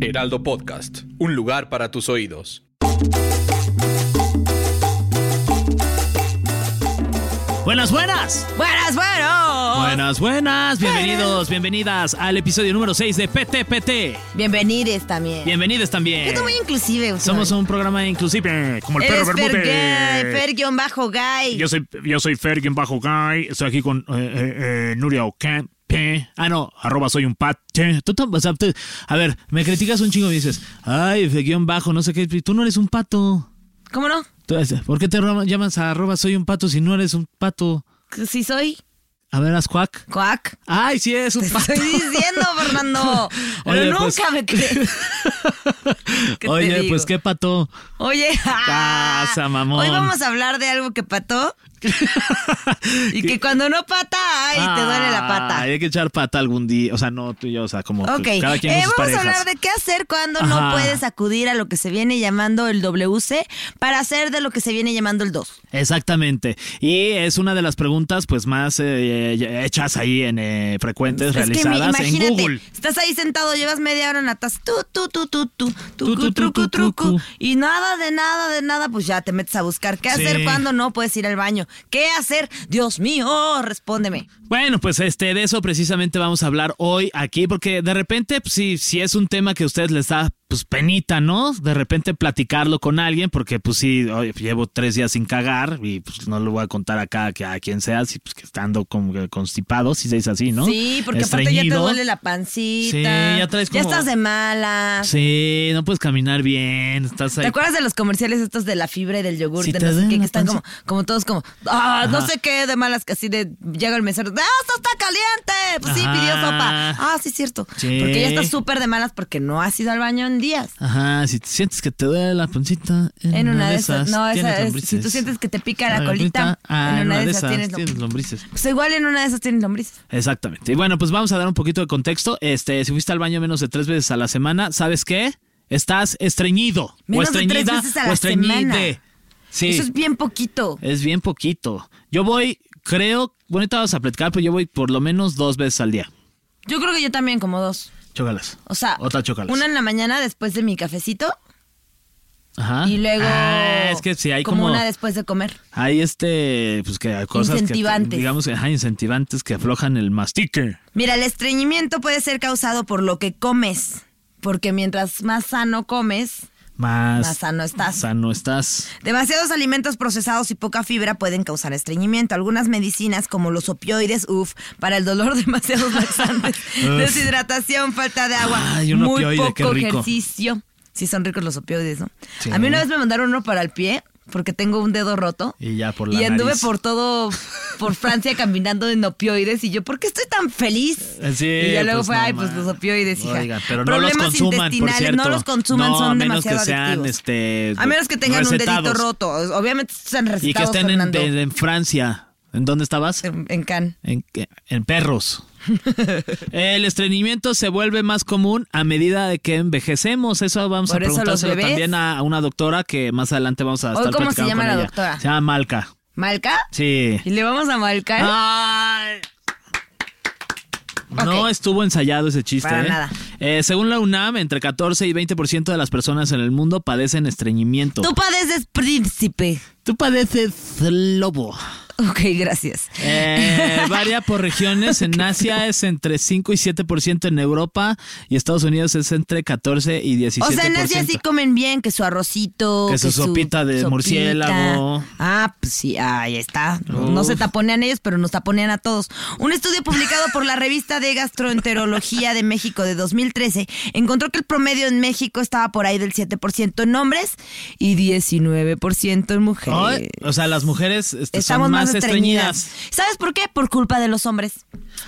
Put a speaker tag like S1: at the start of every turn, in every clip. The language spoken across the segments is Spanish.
S1: Heraldo Podcast, un lugar para tus oídos.
S2: Buenas, buenas.
S3: Buenas, bueno.
S2: Buenas, buenas. Bienvenidos, bienvenidas al episodio número 6 de PTPT.
S3: Bienvenides también.
S2: Bienvenidos
S3: Yo
S2: también.
S3: estoy muy inclusive.
S2: Somos un programa inclusive, como el perro
S3: Eres Fer Gay,
S2: Bermúdez.
S3: Fer guión bajo Gay.
S2: Yo soy, yo soy Fergin Bajo Guy. Estoy aquí con eh, eh, eh, Nuria Ocampe. Ah, no, arroba soy un pat. Tú tam- o sea, tú- a ver, me criticas un chingo y dices, ay, Fer guión bajo, no sé qué. Tú no eres un pato.
S3: ¿Cómo no?
S2: Tú- ¿Por qué te ro- llamas a arroba soy un pato si no eres un pato?
S3: Sí soy.
S2: A ver, haz cuac.
S3: Cuac.
S2: Ay, sí, es un
S3: Te
S2: pato.
S3: estoy diciendo, Fernando. Pero
S2: Oye,
S3: nunca
S2: pues-
S3: me crees. ¿Qué te
S2: Oye,
S3: digo?
S2: pues qué pato.
S3: Oye. ah.
S2: Pasa, mamón.
S3: Hoy vamos a hablar de algo que pató. y que cuando no pata, ay, te duele la
S2: Ah,
S3: pata.
S2: Hay que echar pata algún día. O sea, no tú y yo, o sea, como
S3: Ok,
S2: que pues, cada quien
S3: Eh,
S2: con sus
S3: vamos
S2: parejas.
S3: a hablar de qué hacer cuando
S2: Ajá.
S3: no puedes acudir a lo que se viene llamando el WC para hacer de lo que se viene llamando el 2.
S2: Exactamente. Y es una de las preguntas, pues, más eh, hechas ahí en eh, frecuentes realizadas
S3: mi-
S2: en Google.
S3: estás ahí sentado, llevas media hora en la taza, tú, tú, tú, tú, tú,
S2: Tú, tú,
S3: tú,
S2: tú,
S3: truco,
S2: tú, tú.
S3: truco, y nada de nada de nada, pues ya te metes a buscar qué hacer
S2: Sí.
S3: cuando no puedes ir al baño. ¿Qué hacer? Dios mío, respóndeme.
S2: Bueno, pues este, de eso precisamente vamos a hablar hoy aquí, porque de repente, pues, si, si es un tema que a ustedes les da, pues penita, ¿no? De repente platicarlo con alguien, porque pues sí, oye, llevo tres días sin cagar y pues no lo voy a contar acá que a quien sea, si, pues que estando como que constipado, si se dice así, ¿no?
S3: Sí, porque aparte ya te
S2: Estreñido.
S3: duele la pancita.
S2: Sí, ya traes como-
S3: estás de mala.
S2: Sí, no puedes caminar bien, estás
S3: ¿Te
S2: ahí.
S3: acuerdas de los comerciales estos de la fibra y del yogur?
S2: Si
S3: de
S2: te
S3: no sé
S2: duele
S3: qué,
S2: la
S3: que están
S2: panza.
S3: como, como todos como, ah, no
S2: Ajá.
S3: sé qué, de malas que así de llega el mesero, ¡ah, esto está caliente! Pues sí, pidió
S2: Ajá.
S3: sopa. Ah, sí, es cierto.
S2: Sí.
S3: Porque ya está súper de malas porque no has ido al baño en días.
S2: Ajá, si te sientes que te duele la pancita, en,
S3: En una de esas. No,
S2: tienes
S3: esa es, si
S2: lombrices.
S3: tú sientes que te pica la
S2: Ah,
S3: colita,
S2: ah,
S3: en una de esas tienes
S2: tienes
S3: lombrices.
S2: lombrices.
S3: Pues igual en una de esas tienes lombrices.
S2: Exactamente. Y bueno, pues vamos a dar un poquito de contexto. Este, si fuiste al baño menos de tres veces a la semana, ¿sabes qué? Estás estreñido.
S3: Menos
S2: o
S3: de tres
S2: estreñida,
S3: veces a la
S2: o estreñide.
S3: semana.
S2: Sí.
S3: Eso es bien poquito.
S2: Es bien poquito. Yo voy, creo, bueno, ahorita vamos a platicar, pero yo voy por lo menos dos veces al día.
S3: Yo creo que yo también como dos.
S2: Chócalas.
S3: O sea,
S2: Otra chócalas.
S3: una en la mañana después de mi cafecito
S2: Ajá.
S3: y luego
S2: Ah, es que sí, hay como.
S3: una después de comer.
S2: Hay este, pues que hay cosas que.
S3: Incentivantes.
S2: Digamos, ajá, incentivantes que aflojan el mastique.
S3: Mira, el estreñimiento puede ser causado por lo que comes, porque mientras más sano comes,
S2: Más.
S3: Más sano estás.
S2: Sano estás.
S3: demasiados alimentos procesados y poca fibra pueden causar estreñimiento. Algunas medicinas como los opioides, uff, para el dolor demasiados laxantes,
S2: Uf.
S3: deshidratación, falta de agua,
S2: Ay, un
S3: muy
S2: opioide,
S3: poco
S2: qué rico.
S3: ejercicio. Sí son ricos los opioides, ¿no?
S2: Sí.
S3: A mí una vez me mandaron uno para el pie porque tengo un dedo roto.
S2: Y ya por la
S3: Y anduve
S2: nariz.
S3: por todo, por Francia caminando en opioides y yo, ¿por qué estoy tan feliz?
S2: Sí,
S3: y ya luego
S2: pues,
S3: fue,
S2: no,
S3: ay, pues
S2: man.
S3: los opioides, hija.
S2: Oigan, pero
S3: Problemas
S2: no los consuman, por
S3: intestinales,
S2: cierto.
S3: no los consuman,
S2: No, a
S3: son
S2: menos
S3: demasiado
S2: que sean,
S3: adictivos.
S2: este,
S3: a menos que tengan un dedito
S2: recetados.
S3: roto. Obviamente están recetados,
S2: Y que estén en,
S3: Fernando.
S2: en- en Francia. ¿En dónde estabas?
S3: en, en Cannes.
S2: En, en perros. El estreñimiento se vuelve más común a medida de que envejecemos. Eso vamos
S3: Por
S2: a
S3: eso los
S2: preguntárselo
S3: bebés.
S2: también a, a una doctora que más adelante vamos a estar
S3: ¿cómo se
S2: platicando
S3: llama
S2: con
S3: la
S2: ella.
S3: doctora?
S2: Se llama Malca.
S3: ¿Malca?
S2: Sí. Ah.
S3: Y le vamos a malcar.
S2: Ay. No
S3: Ok.
S2: estuvo ensayado ese chiste.
S3: Para
S2: ¿eh?
S3: nada.
S2: Eh, según la UNAM, entre 14 y 20% de las personas en el mundo padecen estreñimiento.
S3: Tú padeces príncipe.
S2: Tú padeces lobo.
S3: Ok, gracias.
S2: Eh, varía por regiones. En Asia es entre 5 y 7%, en Europa y Estados Unidos es entre 14 y 17%.
S3: O sea, en Asia sí comen bien, que su arrocito.
S2: Que su sopita de murciélago.
S3: Ah, pues sí, ahí está. No, no se
S2: Uf.
S3: taponean ellos, pero nos taponean a todos. Un estudio publicado por la revista de gastroenterología de México de 2013 encontró que el promedio en México estaba por ahí del 7% en hombres y 19% en mujeres.
S2: Ay, o sea, las mujeres este,
S3: Estamos
S2: son
S3: más
S2: Las
S3: las estreñidas. ¿Sabes por qué? Por culpa de los hombres.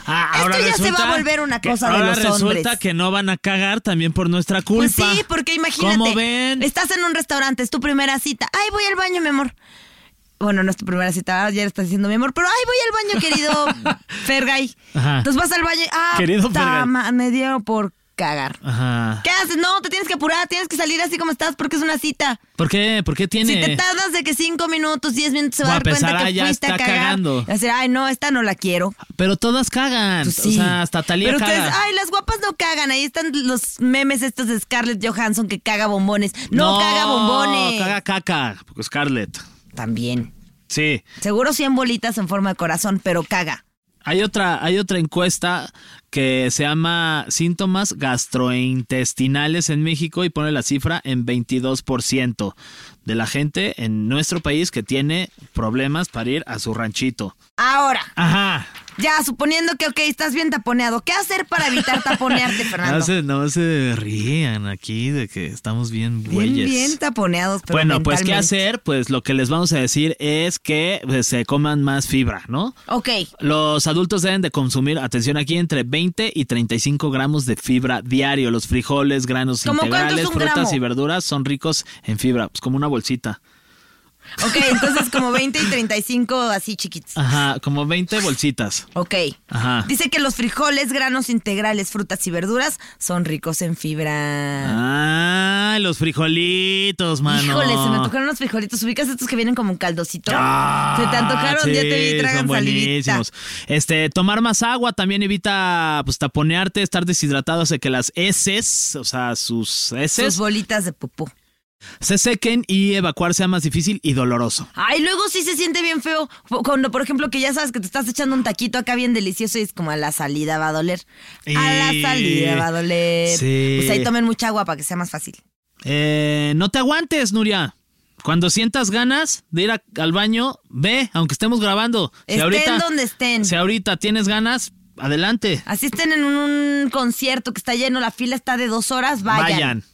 S2: Ah,
S3: Esto ya se va a volver una
S2: que
S3: cosa de
S2: ahora
S3: los
S2: resulta
S3: hombres.
S2: que no van a cagar también por nuestra culpa.
S3: Pues sí, porque imagínate.
S2: ¿Cómo ven?
S3: Estás en un restaurante, es tu primera cita. Ay, voy al baño, mi amor. Bueno, no es tu primera cita, ya le estás diciendo mi amor, pero ay, voy al baño, querido Fergay.
S2: Ajá.
S3: Entonces vas al baño. Ah,
S2: Querido
S3: ta
S2: Fergay. Ah.
S3: ma- me dieron por cagar.
S2: Ajá.
S3: ¿Qué haces? No, te tienes que apurar, tienes que salir así como estás porque es una cita.
S2: ¿Por qué? ¿Por qué tiene?
S3: Si te tardas de que cinco minutos, diez minutos se va a
S2: Va a
S3: dar cuenta
S2: pensar,
S3: que
S2: "Ah, ya
S3: fuiste a
S2: está
S3: cagar.
S2: cagando.
S3: Y va a decir, ay, no, esta no la quiero.
S2: Pero todas cagan.
S3: Pues sí.
S2: O sea, hasta Talía
S3: Pero
S2: caga.
S3: ustedes, ay, las guapas no cagan. Ahí están los memes estos de Scarlett Johansson que caga bombones. No, caga bombones.
S2: Caga caca. Scarlett.
S3: También.
S2: Sí.
S3: Seguro 100 bolitas en forma de corazón, pero caga.
S2: Hay otra, hay otra encuesta que se llama Síntomas gastrointestinales en México y pone la cifra en 22% de la gente en nuestro país que tiene problemas para ir a su ranchito.
S3: Ahora,
S2: Ajá.
S3: ya suponiendo que, ok, estás bien taponeado, ¿qué hacer para evitar taponearte, Fernando?
S2: No se, no se rían aquí de que estamos bien
S3: bien,
S2: bueyes.
S3: bien taponeados, pero
S2: bueno, pues ¿qué
S3: mentalmente.
S2: hacer? Pues lo que les vamos a decir es que pues, se coman más fibra, ¿no?
S3: Ok,
S2: Los adultos deben de consumir, atención aquí, entre 20 y 35 gramos de fibra diario. Los frijoles, granos
S3: ¿Cómo cuánto es
S2: integrales,
S3: un
S2: frutas
S3: gramo?
S2: y verduras son ricos en fibra, pues como una bolsita.
S3: ok, entonces como 20 y 35 así chiquitos.
S2: Ajá, como 20 bolsitas.
S3: Ok.
S2: Ah. Ajá.
S3: Dice que los frijoles, granos integrales, frutas y verduras son ricos en fibra.
S2: Ah, los frijolitos, mano.
S3: Híjole, se me antojaron unos frijolitos. ¿Ubicas estos que vienen como un caldocito? se te antojaron,
S2: Ah,
S3: ya
S2: sí,
S3: te vi, tragan
S2: son
S3: salivita.
S2: buenísimos. Este, tomar más agua también evita pues taponearte, estar deshidratado, hace que las heces, o sea, sus heces
S3: Sus bolitas de popó.
S2: se sequen y evacuar sea más difícil y doloroso.
S3: Ay, luego sí se siente bien feo cuando, por ejemplo, que ya sabes que te estás echando un taquito acá bien delicioso y es como a la salida va a doler. A
S2: Y-
S3: la salida va a doler.
S2: Sí.
S3: Pues ahí tomen mucha agua para que sea más fácil.
S2: Eh, no te aguantes, Nuria. Cuando sientas ganas de ir a- al baño, ve, aunque estemos grabando.
S3: Estén donde estén.
S2: Si ahorita tienes ganas, adelante.
S3: Así estén en un concierto que está lleno, la fila está de dos horas, vayan.
S2: Vayan.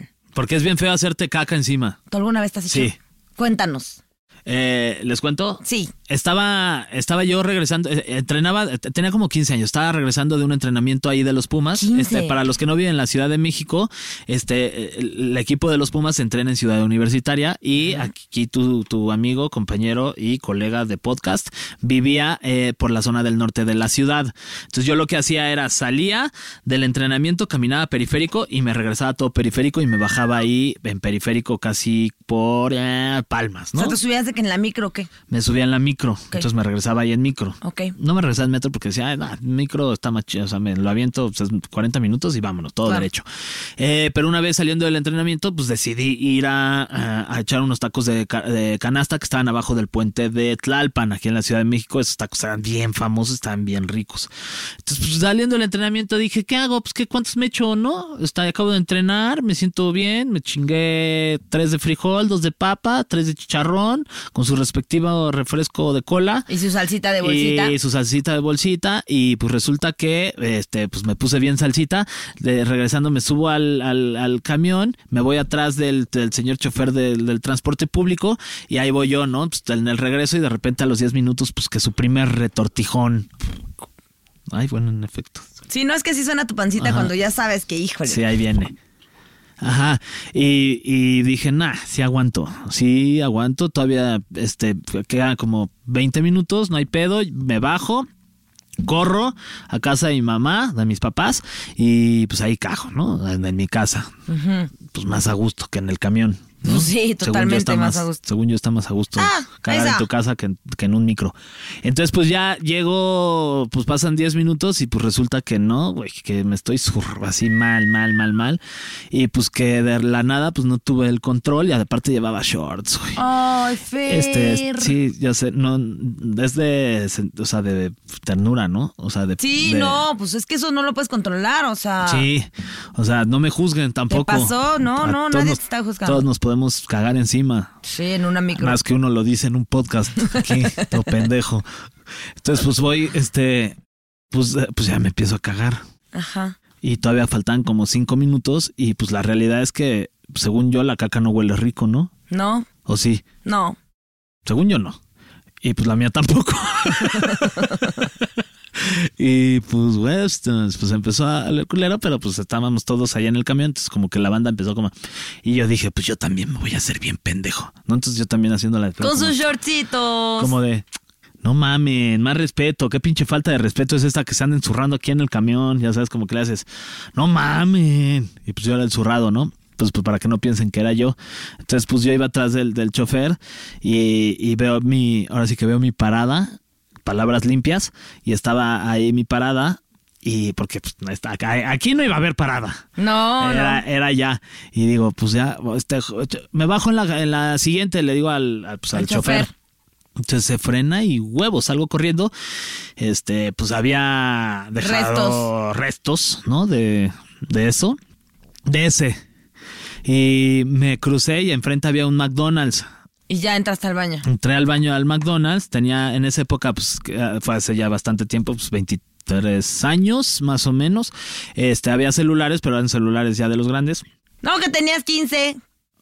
S3: Vayan.
S2: Porque es bien feo hacerte caca encima.
S3: ¿Tú alguna vez te has hecho?
S2: Sí.
S3: Cuéntanos.
S2: Eh, ¿Les cuento?
S3: Sí.
S2: Estaba, estaba yo regresando, eh, entrenaba, eh, tenía como 15 años, estaba regresando de un entrenamiento ahí de los Pumas.
S3: 15.
S2: Este, para los que no viven en la Ciudad de México, este, eh, el, el equipo de los Pumas entrena en Ciudad Universitaria y aquí tu, tu amigo, compañero y colega de podcast vivía eh, por la zona del norte de la ciudad. Entonces yo lo que hacía era salía del entrenamiento, caminaba periférico y me regresaba a todo periférico y me bajaba ahí en periférico casi por eh, Palmas, ¿no?
S3: O sea, te subías de que en la micro o qué.
S2: Me subía en la micro, entonces me regresaba ahí en micro.
S3: Ok.
S2: No me regresaba en metro porque decía, "Ay, nah, micro está más chido, o sea, me lo aviento pues, es 40 minutos y vámonos, todo
S3: Claro.
S2: derecho. Eh, pero una vez saliendo del entrenamiento, pues decidí ir a, a- a echar unos tacos de, ca- de canasta que estaban abajo del puente de Tlalpan, aquí en la Ciudad de México. Esos tacos eran bien famosos, estaban bien ricos. Entonces, pues, saliendo del entrenamiento dije, ¿qué hago? Pues, ¿qué cuántos me echo, no? Está, acabo de entrenar, me siento bien, me chingué tres de frijol, dos de papa, tres de chicharrón, con su respectivo refresco de cola.
S3: Y su salsita de bolsita.
S2: Y su salsita de bolsita. Y pues resulta que este, pues me puse bien salsita. De- regresando me subo al, al- al camión, me voy atrás del, del señor chofer del, del transporte público y ahí voy yo, ¿no? Pues en el regreso y de repente a los 10 minutos, pues que su primer retortijón. Ay, bueno, en efecto.
S3: Sí, no es que así suena tu pancita
S2: Ajá.
S3: cuando ya sabes que, híjole.
S2: Sí, ahí viene. Ajá. Y, y dije, nah, sí aguanto. Sí aguanto. Todavía este, quedan como 20 minutos, no hay pedo. Me bajo, corro a casa de mi mamá, de mis papás, y pues ahí cajo, ¿no? En, en mi casa. Pues más a gusto que en el camión. ¿no?
S3: Pues sí,
S2: Según yo
S3: totalmente
S2: está
S3: más a gusto.
S2: Según yo está más a gusto
S3: Ah,
S2: cagar
S3: esa.
S2: en tu casa que, en- que en un micro. Entonces, pues ya llego, pues pasan 10 minutos y pues resulta que no, güey, que me estoy sur- así mal, mal, mal, mal. Y pues que de la nada, pues no tuve el control y aparte llevaba shorts, güey.
S3: Ay, Fer.
S2: Este, sí, ya sé, no, es de, o sea, de ternura, ¿no? O sea, de...
S3: Sí,
S2: de-
S3: no, pues es que eso no lo puedes controlar, o sea.
S2: Sí, o sea, no me juzguen tampoco.
S3: pasó? No,
S2: A
S3: no,
S2: todos
S3: nadie
S2: nos-
S3: te está juzgando.
S2: Todos nos podemos cagar encima.
S3: Sí, en una micro.
S2: Más que uno lo dice en un podcast aquí, todo pendejo. Entonces, pues voy, este, pues, eh, pues ya me empiezo a cagar.
S3: Ajá.
S2: Y todavía faltan como cinco minutos. Y pues la realidad es que, según yo, la caca no huele rico, ¿no?
S3: No,
S2: ¿O sí?
S3: no.
S2: Según yo, no. Y pues la mía tampoco. y pues, güey, pues, pues empezó a leer culero, pero pues estábamos todos allá en el camión. Entonces, como que la banda empezó como. Y yo dije, pues yo también me voy a hacer bien pendejo. ¿No? Entonces, yo también haciendo la.
S3: Con
S2: como-
S3: sus shortcitos.
S2: como de, no mamen, más respeto, qué pinche falta de respeto es esta que se anda ensurrando aquí en el camión, ya sabes, como que le haces, no mamen. Y pues yo era el zurrado, ¿no? Pues, pues para que no piensen que era yo. Entonces pues yo iba atrás del, del chofer y, y veo mi, ahora sí que veo mi parada, palabras limpias, y estaba ahí mi parada. Y porque pues, no está acá- aquí no iba a haber parada.
S3: No,
S2: Era,
S3: no.
S2: era ya. Y digo, pues ya, este, me bajo en la, en la siguiente, le digo al, al, pues,
S3: Al
S2: al chofer.
S3: chofer.
S2: Entonces se frena y huevos, salgo corriendo. Este, pues había dejado restos, ¿no? De, de eso, de ese. Y me crucé y enfrente había un McDonald's.
S3: Y ya entraste al baño.
S2: Entré al baño al McDonald's, tenía en esa época, pues que, ah, fue hace ya bastante tiempo, pues 23 años más o menos. Este, había celulares, pero eran celulares ya de los grandes.
S3: No, que tenías 15.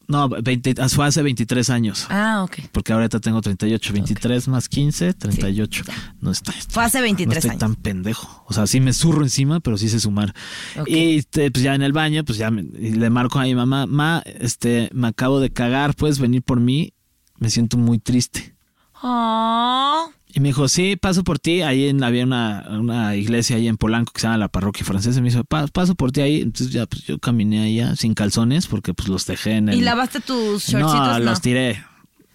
S2: No, 20, fue hace 23 años.
S3: Ah, ok.
S2: Porque ahorita tengo 38, 23 más 15, 38. No está.
S3: Fue hace 23
S2: no estoy
S3: años.
S2: tan pendejo. O sea, sí me zurro encima, pero sí sé sumar.
S3: Ok.
S2: Y este, pues ya en el baño, pues ya me- y le marco a mi mamá, ma, este, me acabo de cagar, puedes venir por mí, me siento muy triste.
S3: Oh.
S2: Y me dijo, sí, paso por ti. Ahí en, había una, una iglesia ahí en Polanco que se llama la parroquia francesa. Y me dijo, "Pa- paso por ti ahí. Entonces ya, pues yo caminé allá sin calzones porque pues los dejé en el...
S3: ¿Y lavaste tus shortcitos?
S2: No, los tiré.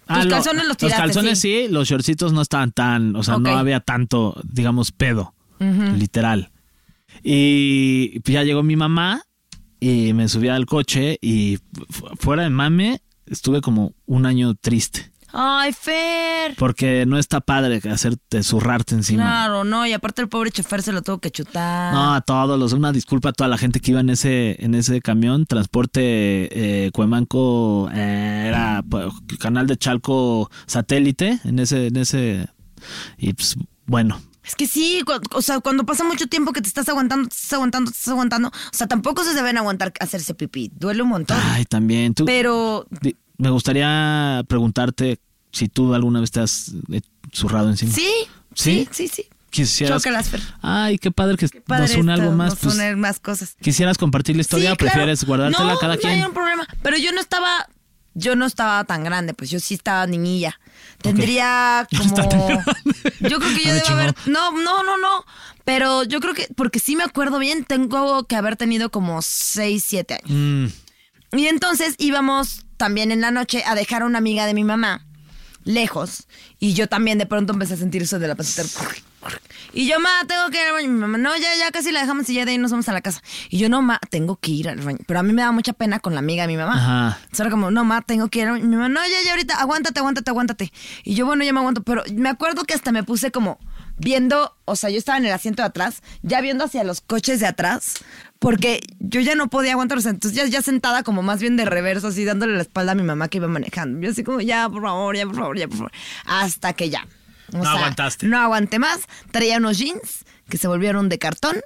S2: Ah,
S3: Tus calzones los tiraste,
S2: Los calzones
S3: sí.
S2: sí. los shortcitos no estaban tan, o sea,
S3: Ok.
S2: no había tanto, digamos, pedo, literal. Y pues, ya llegó mi mamá y me subí al coche y fu- fuera de mame estuve como un año triste.
S3: Ay, Fer.
S2: Porque no está padre hacerte zurrarte encima.
S3: Claro, no. Y aparte el pobre chofer se lo tuvo que chutar.
S2: No, a todos los, una disculpa a toda la gente que iba en ese, en ese camión, transporte eh, Cuemanco, eh, era pues, canal de Chalco satélite, en ese, en ese, y pues, bueno,
S3: Es que sí, cu- o sea, cuando pasa mucho tiempo que te estás aguantando, te estás aguantando, te estás aguantando. O sea, tampoco se deben aguantar hacerse pipí. Duele un montón.
S2: ay, también, tú,
S3: Pero
S2: di- me gustaría preguntarte si tú alguna vez te has eh, zurrado encima.
S3: sí, sí,
S2: ¿Sí?
S3: sí, sí.
S2: Quisieras,
S3: Chócalas, Fer.
S2: ay, qué padre que
S3: Qué padre
S2: nos une
S3: esto,
S2: algo más,
S3: nos
S2: pues,
S3: une más cosas.
S2: quisieras compartir la historia,
S3: Sí,
S2: o prefieres
S3: claro.
S2: guardártela
S3: no,
S2: cada
S3: no
S2: quien.
S3: hay un problema. Pero yo no estaba, yo no estaba tan grande, pues yo sí estaba niñilla. Tendría
S2: No
S3: como.
S2: estaba tan grande.
S3: yo creo que
S2: Ah, me
S3: yo debo haber.
S2: chingó.
S3: No, no, no, no. Pero yo creo que, porque sí me acuerdo bien, tengo que haber tenido como 6, 7 años.
S2: Mm,
S3: Y entonces íbamos también en la noche a dejar a una amiga de mi mamá lejos. Y yo también de pronto empecé a sentir eso de la pancita. Y yo, ma, tengo que ir al baño. Y Mi mamá, no, ya, ya casi la dejamos y ya de ahí nos vamos a la casa. Y yo, no, ma, tengo que ir al baño. Pero a mí me da mucha pena con la amiga de mi mamá.
S2: Ajá.
S3: Entonces era como, no, ma, tengo que ir al baño. Y Mi mamá, no, ya, ya, ahorita, aguántate, aguántate, aguántate. Y yo, bueno, ya me aguanto. Pero me acuerdo que hasta me puse como viendo, o sea, yo estaba en el asiento de atrás, ya viendo hacia los coches de atrás, porque yo ya no podía aguantar. O sea, entonces ya, ya sentada como más bien de reverso, así dándole la espalda a mi mamá que iba manejando. Yo así como, ya, por favor, ya, por favor, ya, por favor. Hasta que ya. O
S2: No aguantaste.
S3: No aguanté más. Traía unos jeans que se volvieron de cartón.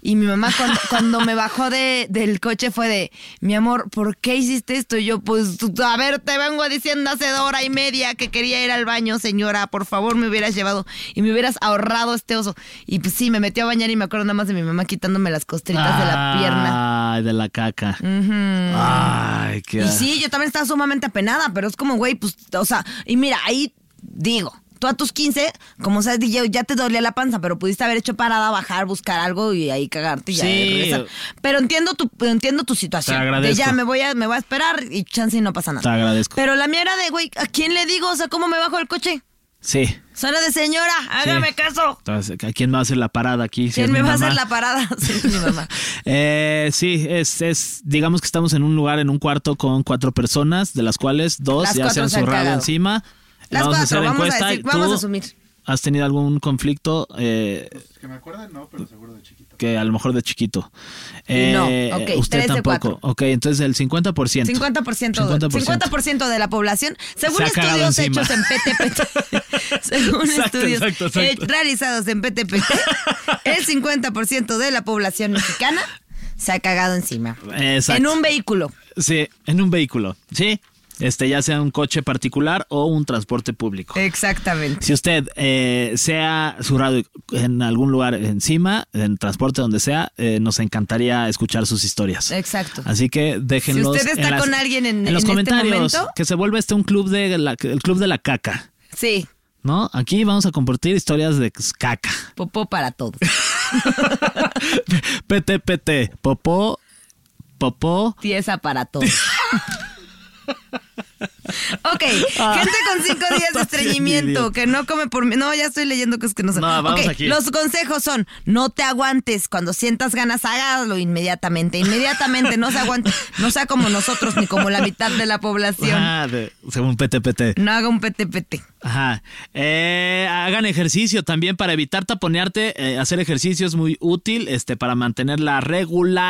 S3: Y mi mamá cuando, cuando me bajó de, del coche fue de, mi amor, ¿por qué hiciste esto? Y yo, pues, tú- a ver, te vengo diciendo hace hora y media que quería ir al baño, señora, por favor me hubieras llevado y me hubieras ahorrado este oso. Y pues sí, me metió a bañar y me acuerdo nada más de mi mamá quitándome las costritas de la
S2: Ah,
S3: pierna.
S2: Ay, de la caca. Ay, qué.
S3: Y sí, yo también estaba sumamente apenada, pero es como, güey, pues, o sea, y mira, ahí digo, tú a tus 15, como sabes, DJ, ya te dolía la panza, pero pudiste haber hecho parada, bajar, buscar algo y ahí cagarte y ya
S2: Sí.
S3: regresar. Pero entiendo tu, entiendo tu situación.
S2: Te agradezco.
S3: De ya me voy a, me voy a esperar y chance y no pasa nada.
S2: Te agradezco.
S3: Pero la mía era de, güey, ¿a quién le digo? O sea, ¿cómo me bajo el coche?
S2: Sí.
S3: O sea, era de señora, hágame
S2: Sí.
S3: caso.
S2: Entonces, ¿a quién me va a hacer la parada aquí? Si es
S3: ¿Quién me
S2: mi
S3: va a
S2: mamá?
S3: hacer la parada? Sí, es mi mamá.
S2: Eh, sí, es, es, digamos que estamos en un lugar, en un cuarto con cuatro personas, de las cuales dos
S3: Las
S2: ya
S3: cuatro
S2: se han
S3: se han
S2: zurrado
S3: cagado.
S2: encima.
S3: Las
S2: vamos a
S3: cuatro,
S2: hacer
S3: vamos a
S2: encuesta.
S3: decir,
S2: ¿Tú
S3: vamos a asumir.
S2: ¿Has tenido algún conflicto? Eh, que me acuerdo, no, pero seguro de chiquito. Que a lo mejor de chiquito. Eh,
S3: No, ok,
S2: usted
S3: tres de
S2: tampoco.
S3: cuatro.
S2: Ok, entonces el 50%.
S3: 50%, 50% de la población, según
S2: Se ha cagado
S3: estudios
S2: encima.
S3: hechos en PTPT, según
S2: Exacto,
S3: estudios
S2: exacto, exacto.
S3: eh, realizados en PTPT, el 50% de la población mexicana se ha cagado encima.
S2: Exacto.
S3: En un vehículo.
S2: Sí, en un vehículo. Sí. este, ya sea un coche particular o un transporte público.
S3: Eh. Exactamente.
S2: Si usted eh, sea surrado en algún lugar encima, en transporte, donde sea, eh, nos encantaría escuchar sus historias.
S3: Exacto.
S2: Así que déjenlos.
S3: Si usted está
S2: en
S3: con alguien en-
S2: los
S3: en este
S2: comentarios.
S3: momento.
S2: que se vuelva este un club de la, el club de la caca.
S3: Sí,
S2: ¿No? Aquí vamos a compartir historias de caca.
S3: popó para todos.
S2: PT, PT, popó, popó.
S3: Tiesa para todos. Ok, gente con cinco días de
S2: Estás bien
S3: estreñimiento
S2: Ah. idiota.
S3: que no come por... mi- No, ya estoy leyendo que es que no se...
S2: No, vamos
S3: Ok,
S2: aquí.
S3: Los consejos son, no te aguantes. Cuando sientas ganas, hágalo inmediatamente. Inmediatamente, no se aguante. No sea como nosotros ni como la mitad de la población.
S2: Ah, de- según PT, PT.
S3: No haga un PTPT.
S2: Ajá. Eh, hagan ejercicio también para evitar taponearte. eh, hacer ejercicio es muy útil este, para mantener la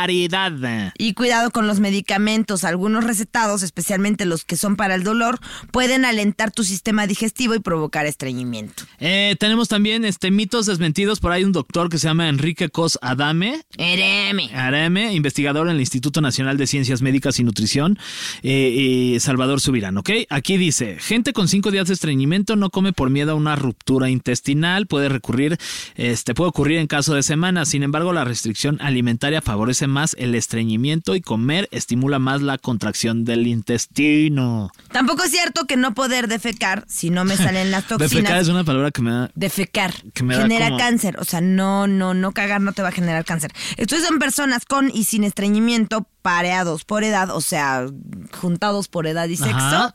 S2: regularidad.
S3: Y cuidado con los medicamentos, algunos recetados, especialmente los que son para el dolor, pueden alentar tu sistema digestivo y provocar estreñimiento.
S2: Eh, tenemos también este, mitos desmentidos. Por ahí un doctor que se llama Enrique Cos Adame.
S3: Ereme.
S2: Arame, investigador en el Instituto Nacional de Ciencias Médicas y Nutrición, eh, eh, Salvador Subirán, ¿ok? Aquí dice, gente con cinco días de estreñimiento no come por miedo a una ruptura intestinal, puede recurrir, este, puede ocurrir en caso de semana, sin embargo la restricción alimentaria favorece más el estreñimiento y comer estimula más la contracción del intestino.
S3: Tampoco es cierto que no poder defecar si no me salen las
S2: Defecar es
S3: toxinas.
S2: una palabra que me da...
S3: Defecar
S2: Que me da
S3: genera
S2: como-
S3: cáncer, o sea, no, no, no cagar no te va a generar cáncer. Esto es en personas con y sin estreñimiento, pareados por edad, o sea, juntados por edad y sexo.
S2: Ajá.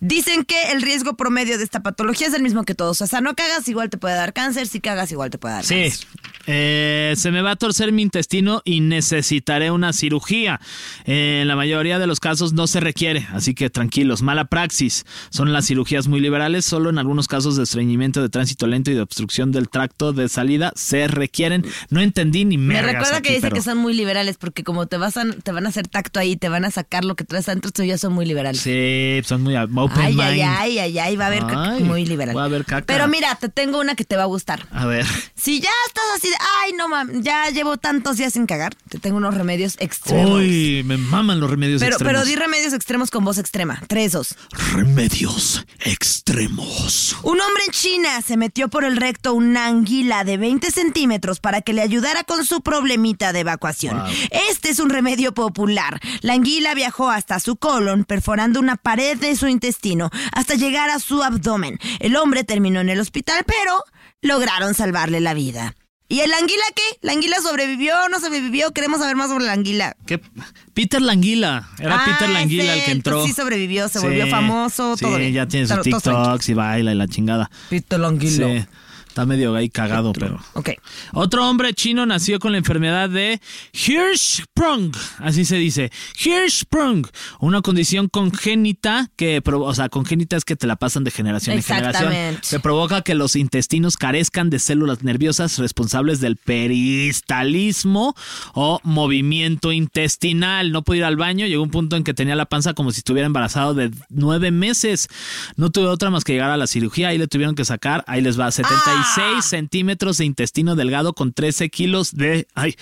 S3: Dicen que el riesgo promedio de esta patología es el mismo que todos, o sea, no cagas igual te puede dar cáncer, si cagas igual te puede dar
S2: Sí.
S3: cáncer.
S2: Eh, se me va a torcer mi intestino y necesitaré una cirugía. Eh, en la mayoría de los casos no se requiere, así que tranquilos. Mala praxis. Son las cirugías muy liberales, solo en algunos casos de estreñimiento de tránsito lento y de obstrucción del tracto de salida se requieren. No entendí ni
S3: Me
S2: mergas
S3: recuerda que
S2: aquí,
S3: dice
S2: pero-
S3: que son muy liberales porque como te vas a, te van a hacer tacto ahí, te van a sacar lo que traes adentro, entonces ya son muy liberales.
S2: Sí, son muy open
S3: Ay,
S2: mind.
S3: ay, ay, ay, ay, va a haber caca-
S2: Ay,
S3: muy liberal.
S2: va a haber caca.
S3: Pero mira, te tengo una que te va a gustar.
S2: A ver.
S3: Si ya estás así de, ay, no mames, ya llevo tantos días sin cagar, te tengo unos remedios extremos.
S2: Uy, me maman los remedios
S3: pero,
S2: extremos.
S3: pero di remedios extremos con voz extrema. Tres, dos.
S2: Remedios extremos.
S3: Un hombre en China se metió por el recto una anguila de 20 centímetros para que le ayudara con su problemita de evacuación. Este es un remedio popular. La anguila viajó hasta su colon, perforando una pared de su intestino hasta llegar a su abdomen. El hombre terminó en el hospital, pero lograron salvarle la vida. ¿Y el anguila qué? ¿La anguila sobrevivió? ¿No sobrevivió? Queremos saber más sobre la anguila.
S2: ¿Qué? Peter Languila. Era
S3: Ah,
S2: Peter Languila
S3: ese,
S2: el que entró.
S3: entonces sí sobrevivió, se volvió famoso,
S2: sí,
S3: todo bien.
S2: ya tiene sus
S3: Todo- todos tranquilos.
S2: TikToks y baila y la chingada.
S3: Pito la anguila.
S2: Sí, está medio ahí cagado, pero...
S3: Ok.
S2: Otro hombre chino nació con la enfermedad de Hirschsprung, así se dice, Hirschsprung, una condición congénita que, provo- o sea, congénita es que te la pasan de generación en generación,
S3: Exactamente.
S2: que provoca que los intestinos carezcan de células nerviosas responsables del peristalismo o movimiento intestinal. No pude ir al baño, llegó un punto en que tenía la panza como si estuviera embarazado de nueve meses. No tuve otra más que llegar a la cirugía, ahí le tuvieron que sacar, ahí les va, 76 centímetros de intestino delgado con 13 kilos de ay,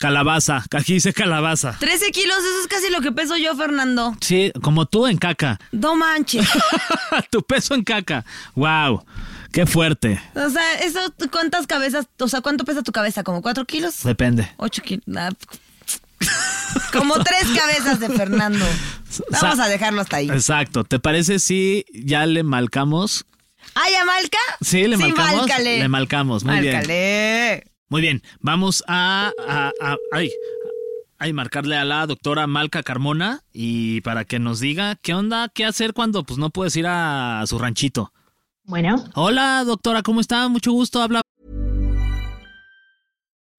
S2: calabaza. Aquí dice calabaza.
S3: 13 kilos, eso es casi lo que peso yo, Fernando.
S2: Sí, como tú en caca.
S3: No manches.
S2: tu peso en caca. Wow, qué fuerte.
S3: O sea, eso, ¿tú ¿cuántas cabezas? O sea, ¿cuánto pesa tu cabeza? ¿Como 4 kilos?
S2: Depende.
S3: 8 kilos. Ah, Como tres cabezas de Fernando. Vamos
S2: Sa-
S3: a dejarlo hasta ahí.
S2: Exacto. ¿Te parece si ya le malcamos?
S3: ¿Ay, a Malca?
S2: Sí, le malcamos.
S3: málcale.
S2: Le malcamos, muy bien.
S3: Málcale.
S2: Muy bien, vamos a, a- a- ay, ay, marcarle a la doctora Malca Carmona y para que nos diga qué onda, qué hacer cuando pues no puedes ir a, su ranchito.
S4: Bueno,
S2: Hola, doctora, ¿cómo está? Mucho gusto, habla.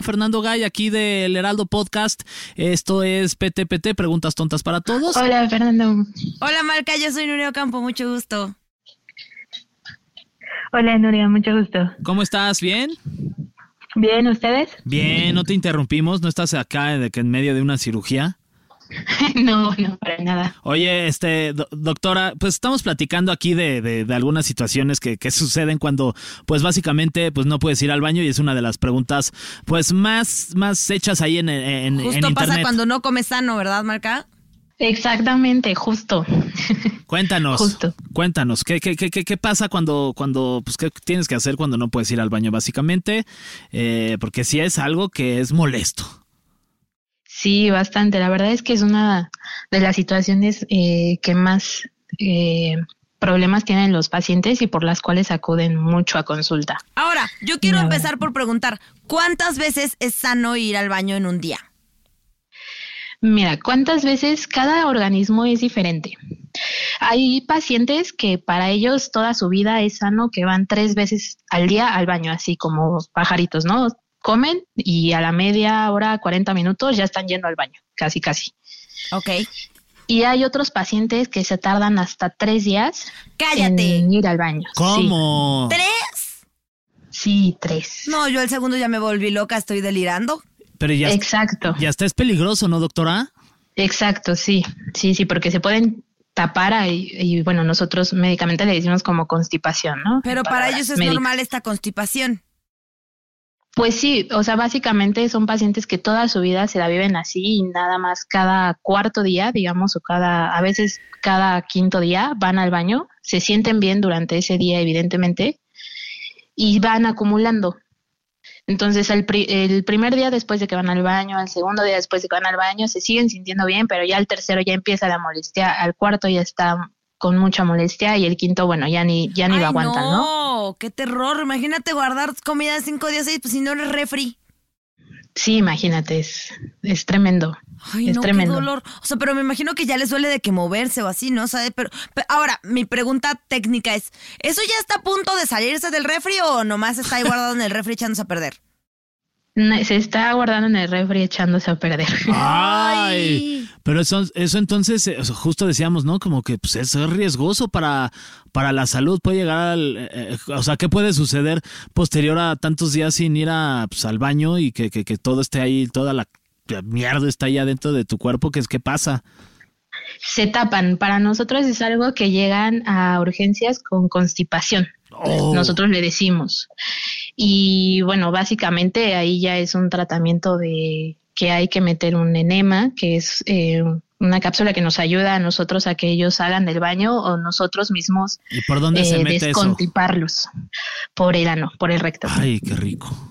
S2: Fernando Gay aquí del Heraldo Podcast. Esto es PTPT, Preguntas Tontas para Todos.
S5: Hola, Fernando.
S3: Hola, Marca, yo soy Nuria Campo, mucho gusto.
S5: Hola, Nuria, mucho gusto.
S2: ¿Cómo estás? ¿Bien?
S5: ¿Bien, ustedes?
S2: Bien, no te interrumpimos, no estás acá de que en medio de una cirugía.
S5: no, no, para nada.
S2: Oye, este, do- doctora, pues estamos platicando aquí de, de- de algunas situaciones que, que suceden cuando, pues básicamente, pues no puedes ir al baño y es una de las preguntas, pues más, más hechas ahí en, en, en
S3: Justo pasa
S2: internet.
S3: cuando no comes sano, ¿verdad, Marca?
S5: Exactamente, justo.
S2: Cuéntanos,
S5: Justo.
S2: cuéntanos, ¿qué, qué, qué, qué, qué pasa cuando, cuando, pues qué tienes que hacer cuando no puedes ir al baño básicamente? Eh, porque sí es algo que es molesto.
S5: Sí, bastante. La verdad es que es una de las situaciones eh, que más eh, problemas tienen los pacientes y por las cuales acuden mucho a consulta.
S3: Ahora, yo quiero
S5: Nada.
S3: empezar por preguntar, ¿cuántas veces es sano ir al baño en un día?
S5: Mira, ¿cuántas veces cada organismo es diferente? Hay pacientes que para ellos toda su vida es sano que van tres veces al día al baño, así como pajaritos, ¿no? Comen y a la media hora, 40 minutos ya están yendo al baño, casi, casi.
S3: Ok.
S5: Y hay otros pacientes que se tardan hasta tres días
S3: Cállate.
S5: en ir al baño.
S2: ¿Cómo?
S3: ¿Tres?
S5: Sí, sí, tres.
S3: No, yo el segundo ya me volví loca, estoy delirando.
S2: Pero ya,
S5: Exacto,
S2: ya está, es peligroso, ¿no, doctora?
S5: exacto, sí, sí, sí, porque se pueden tapar ahí, y, bueno, nosotros médicamente le decimos como constipación, ¿no?
S3: Pero
S5: En
S3: para
S5: palabras
S3: ellos es
S5: médicas.
S3: normal esta constipación.
S5: Pues sí, o sea, básicamente son pacientes que toda su vida se la viven así y nada más cada cuarto día, digamos, o cada, a veces cada quinto día van al baño, se sienten bien durante ese día, evidentemente, y van acumulando. Entonces, el, pri- el primer día después de que van al baño, al segundo día después de que van al baño, se siguen sintiendo bien, pero ya al tercero ya empieza la molestia, al cuarto ya está con mucha molestia y el quinto, bueno, ya ni, ya ni
S3: Ay,
S5: lo aguantan, ¿no?
S3: no, qué terror. Imagínate guardar comida cinco días ahí, pues si no eres refri.
S5: Sí, imagínate, es, es tremendo.
S3: Ay,
S5: es
S3: no,
S5: tremendo.
S3: qué dolor. O sea, pero me imagino que ya les duele de que moverse o así, ¿no? O sea, pero, pe- ahora, mi pregunta técnica es, ¿eso ya está a punto de salirse del refri o nomás está ahí guardado en el refri echándose a perder?
S5: No, Se está guardando en el refri echándose a perder.
S2: Ay, pero eso, eso entonces, eh, o sea, justo decíamos, ¿no? Como que pues, es riesgoso para, para la salud, puede llegar al... eh, eh, o sea, ¿qué puede suceder posterior a tantos días sin ir a, pues, al baño y que, que- que todo esté ahí, toda la la mierda está ahí adentro de tu cuerpo? ¿Qué es que pasa?
S5: Se tapan. Para nosotros es algo que llegan a urgencias con constipación.
S2: Oh.
S5: Nosotros le decimos. Y bueno, básicamente ahí ya es un tratamiento de que hay que meter un enema, que es eh, una cápsula que nos ayuda a nosotros a que ellos salgan del baño o nosotros mismos
S2: ¿Y por dónde se
S5: eh,
S2: mete eso?
S5: descontiparlos por el ano, por el recto.
S2: Ay, qué rico.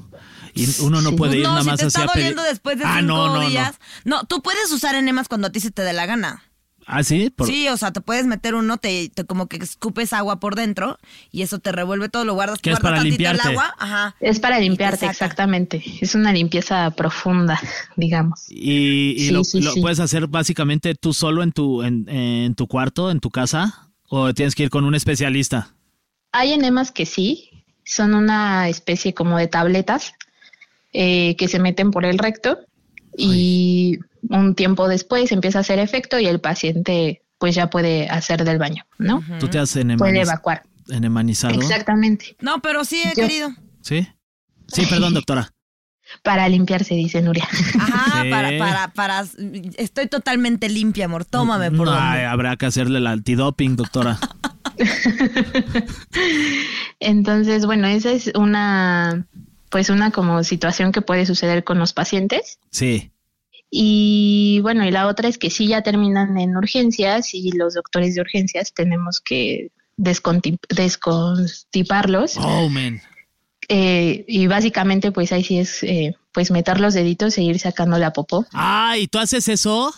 S2: Y uno no
S5: Sí.
S2: puede ir
S3: no,
S2: nada
S3: si
S2: más
S3: te
S2: así
S3: está
S2: a pedir-
S3: doliendo después de
S2: Ah,
S3: cinco
S2: no, no,
S3: días. No. tú puedes usar enemas cuando a ti se te dé la gana.
S2: no. ¿Ah, sí? Por-
S3: Sí, o sea, te puedes meter uno, te, te como que escupes agua por dentro y eso te revuelve todo, lo guardas,
S2: ¿Qué es
S3: guardas
S2: para
S3: tantito el
S2: limpiarte?
S3: agua, ajá.
S5: Es para limpiarte,
S3: saca.
S5: exactamente. Es una limpieza profunda, digamos.
S2: Y, y
S5: Sí,
S2: lo,
S5: sí,
S2: lo
S5: sí.
S2: puedes hacer básicamente tú solo en tu, en, en tu cuarto, en tu casa, o tienes que ir con un especialista.
S5: Hay enemas que sí, son una especie como de tabletas eh, que se meten por el recto y un tiempo después empieza a hacer efecto y el paciente pues ya puede hacer del baño, ¿no?
S2: Tú te has
S5: Puede
S2: enemaniz-
S5: evacuar.
S2: enemanizado.
S5: Exactamente.
S3: No, pero sí he
S5: Yo-
S3: querido.
S2: ¿Sí? Sí, perdón, doctora.
S5: Para limpiarse, dice Nuria.
S3: Ajá,
S2: Sí.
S3: para, para, para, estoy totalmente limpia, amor, tómame por
S2: Ay,
S3: donde.
S2: habrá que hacerle el antidoping, doctora.
S5: Entonces, bueno, esa es una pues una como situación que puede suceder con los pacientes.
S2: Sí.
S5: Y bueno, y la otra es que si ya terminan en urgencias y los doctores de urgencias tenemos que desconti- desconstiparlos,
S2: Oh, man.
S5: eh, y básicamente pues ahí sí es eh, pues meter los deditos e ir sacando la popó.
S2: Ay, ¿tú haces eso?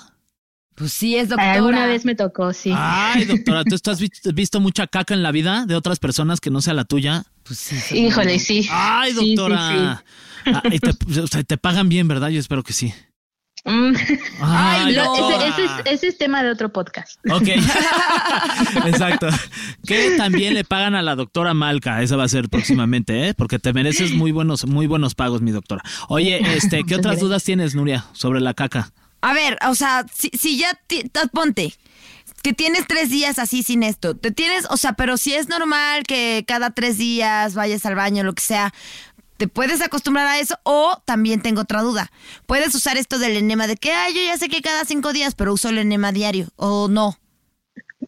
S3: Pues sí, es doctora.
S5: Alguna vez me tocó, sí.
S2: Ay, doctora, ¿tú, tú has vi- visto mucha caca en la vida de otras personas que no sea la tuya?
S3: Pues sí.
S5: Híjole, sí.
S2: Ay,
S5: Sí, sí,
S2: doctora. Ah, y te, o sea, te pagan bien, ¿verdad? Yo espero que sí.
S5: sí. Mm.
S2: Ay,
S5: Lo-
S2: doctora.
S5: ese, ese es, ese es tema de otro podcast.
S2: Ok. Exacto. Que también le pagan a la doctora Malca. Esa va a ser próximamente, ¿eh? Porque te mereces muy buenos, muy buenos pagos, mi doctora. Oye, este, ¿qué otras dudas tienes, Nuria, sobre la caca?
S3: A ver, o sea, si, si ya ti- ta- ponte que tienes tres días así sin esto, te tienes, o sea, pero si es normal que cada tres días vayas al baño, lo que sea, te puedes acostumbrar a eso o también tengo otra duda, puedes usar esto del enema de que, ay, yo ya sé que cada cinco días, pero uso el enema diario o no.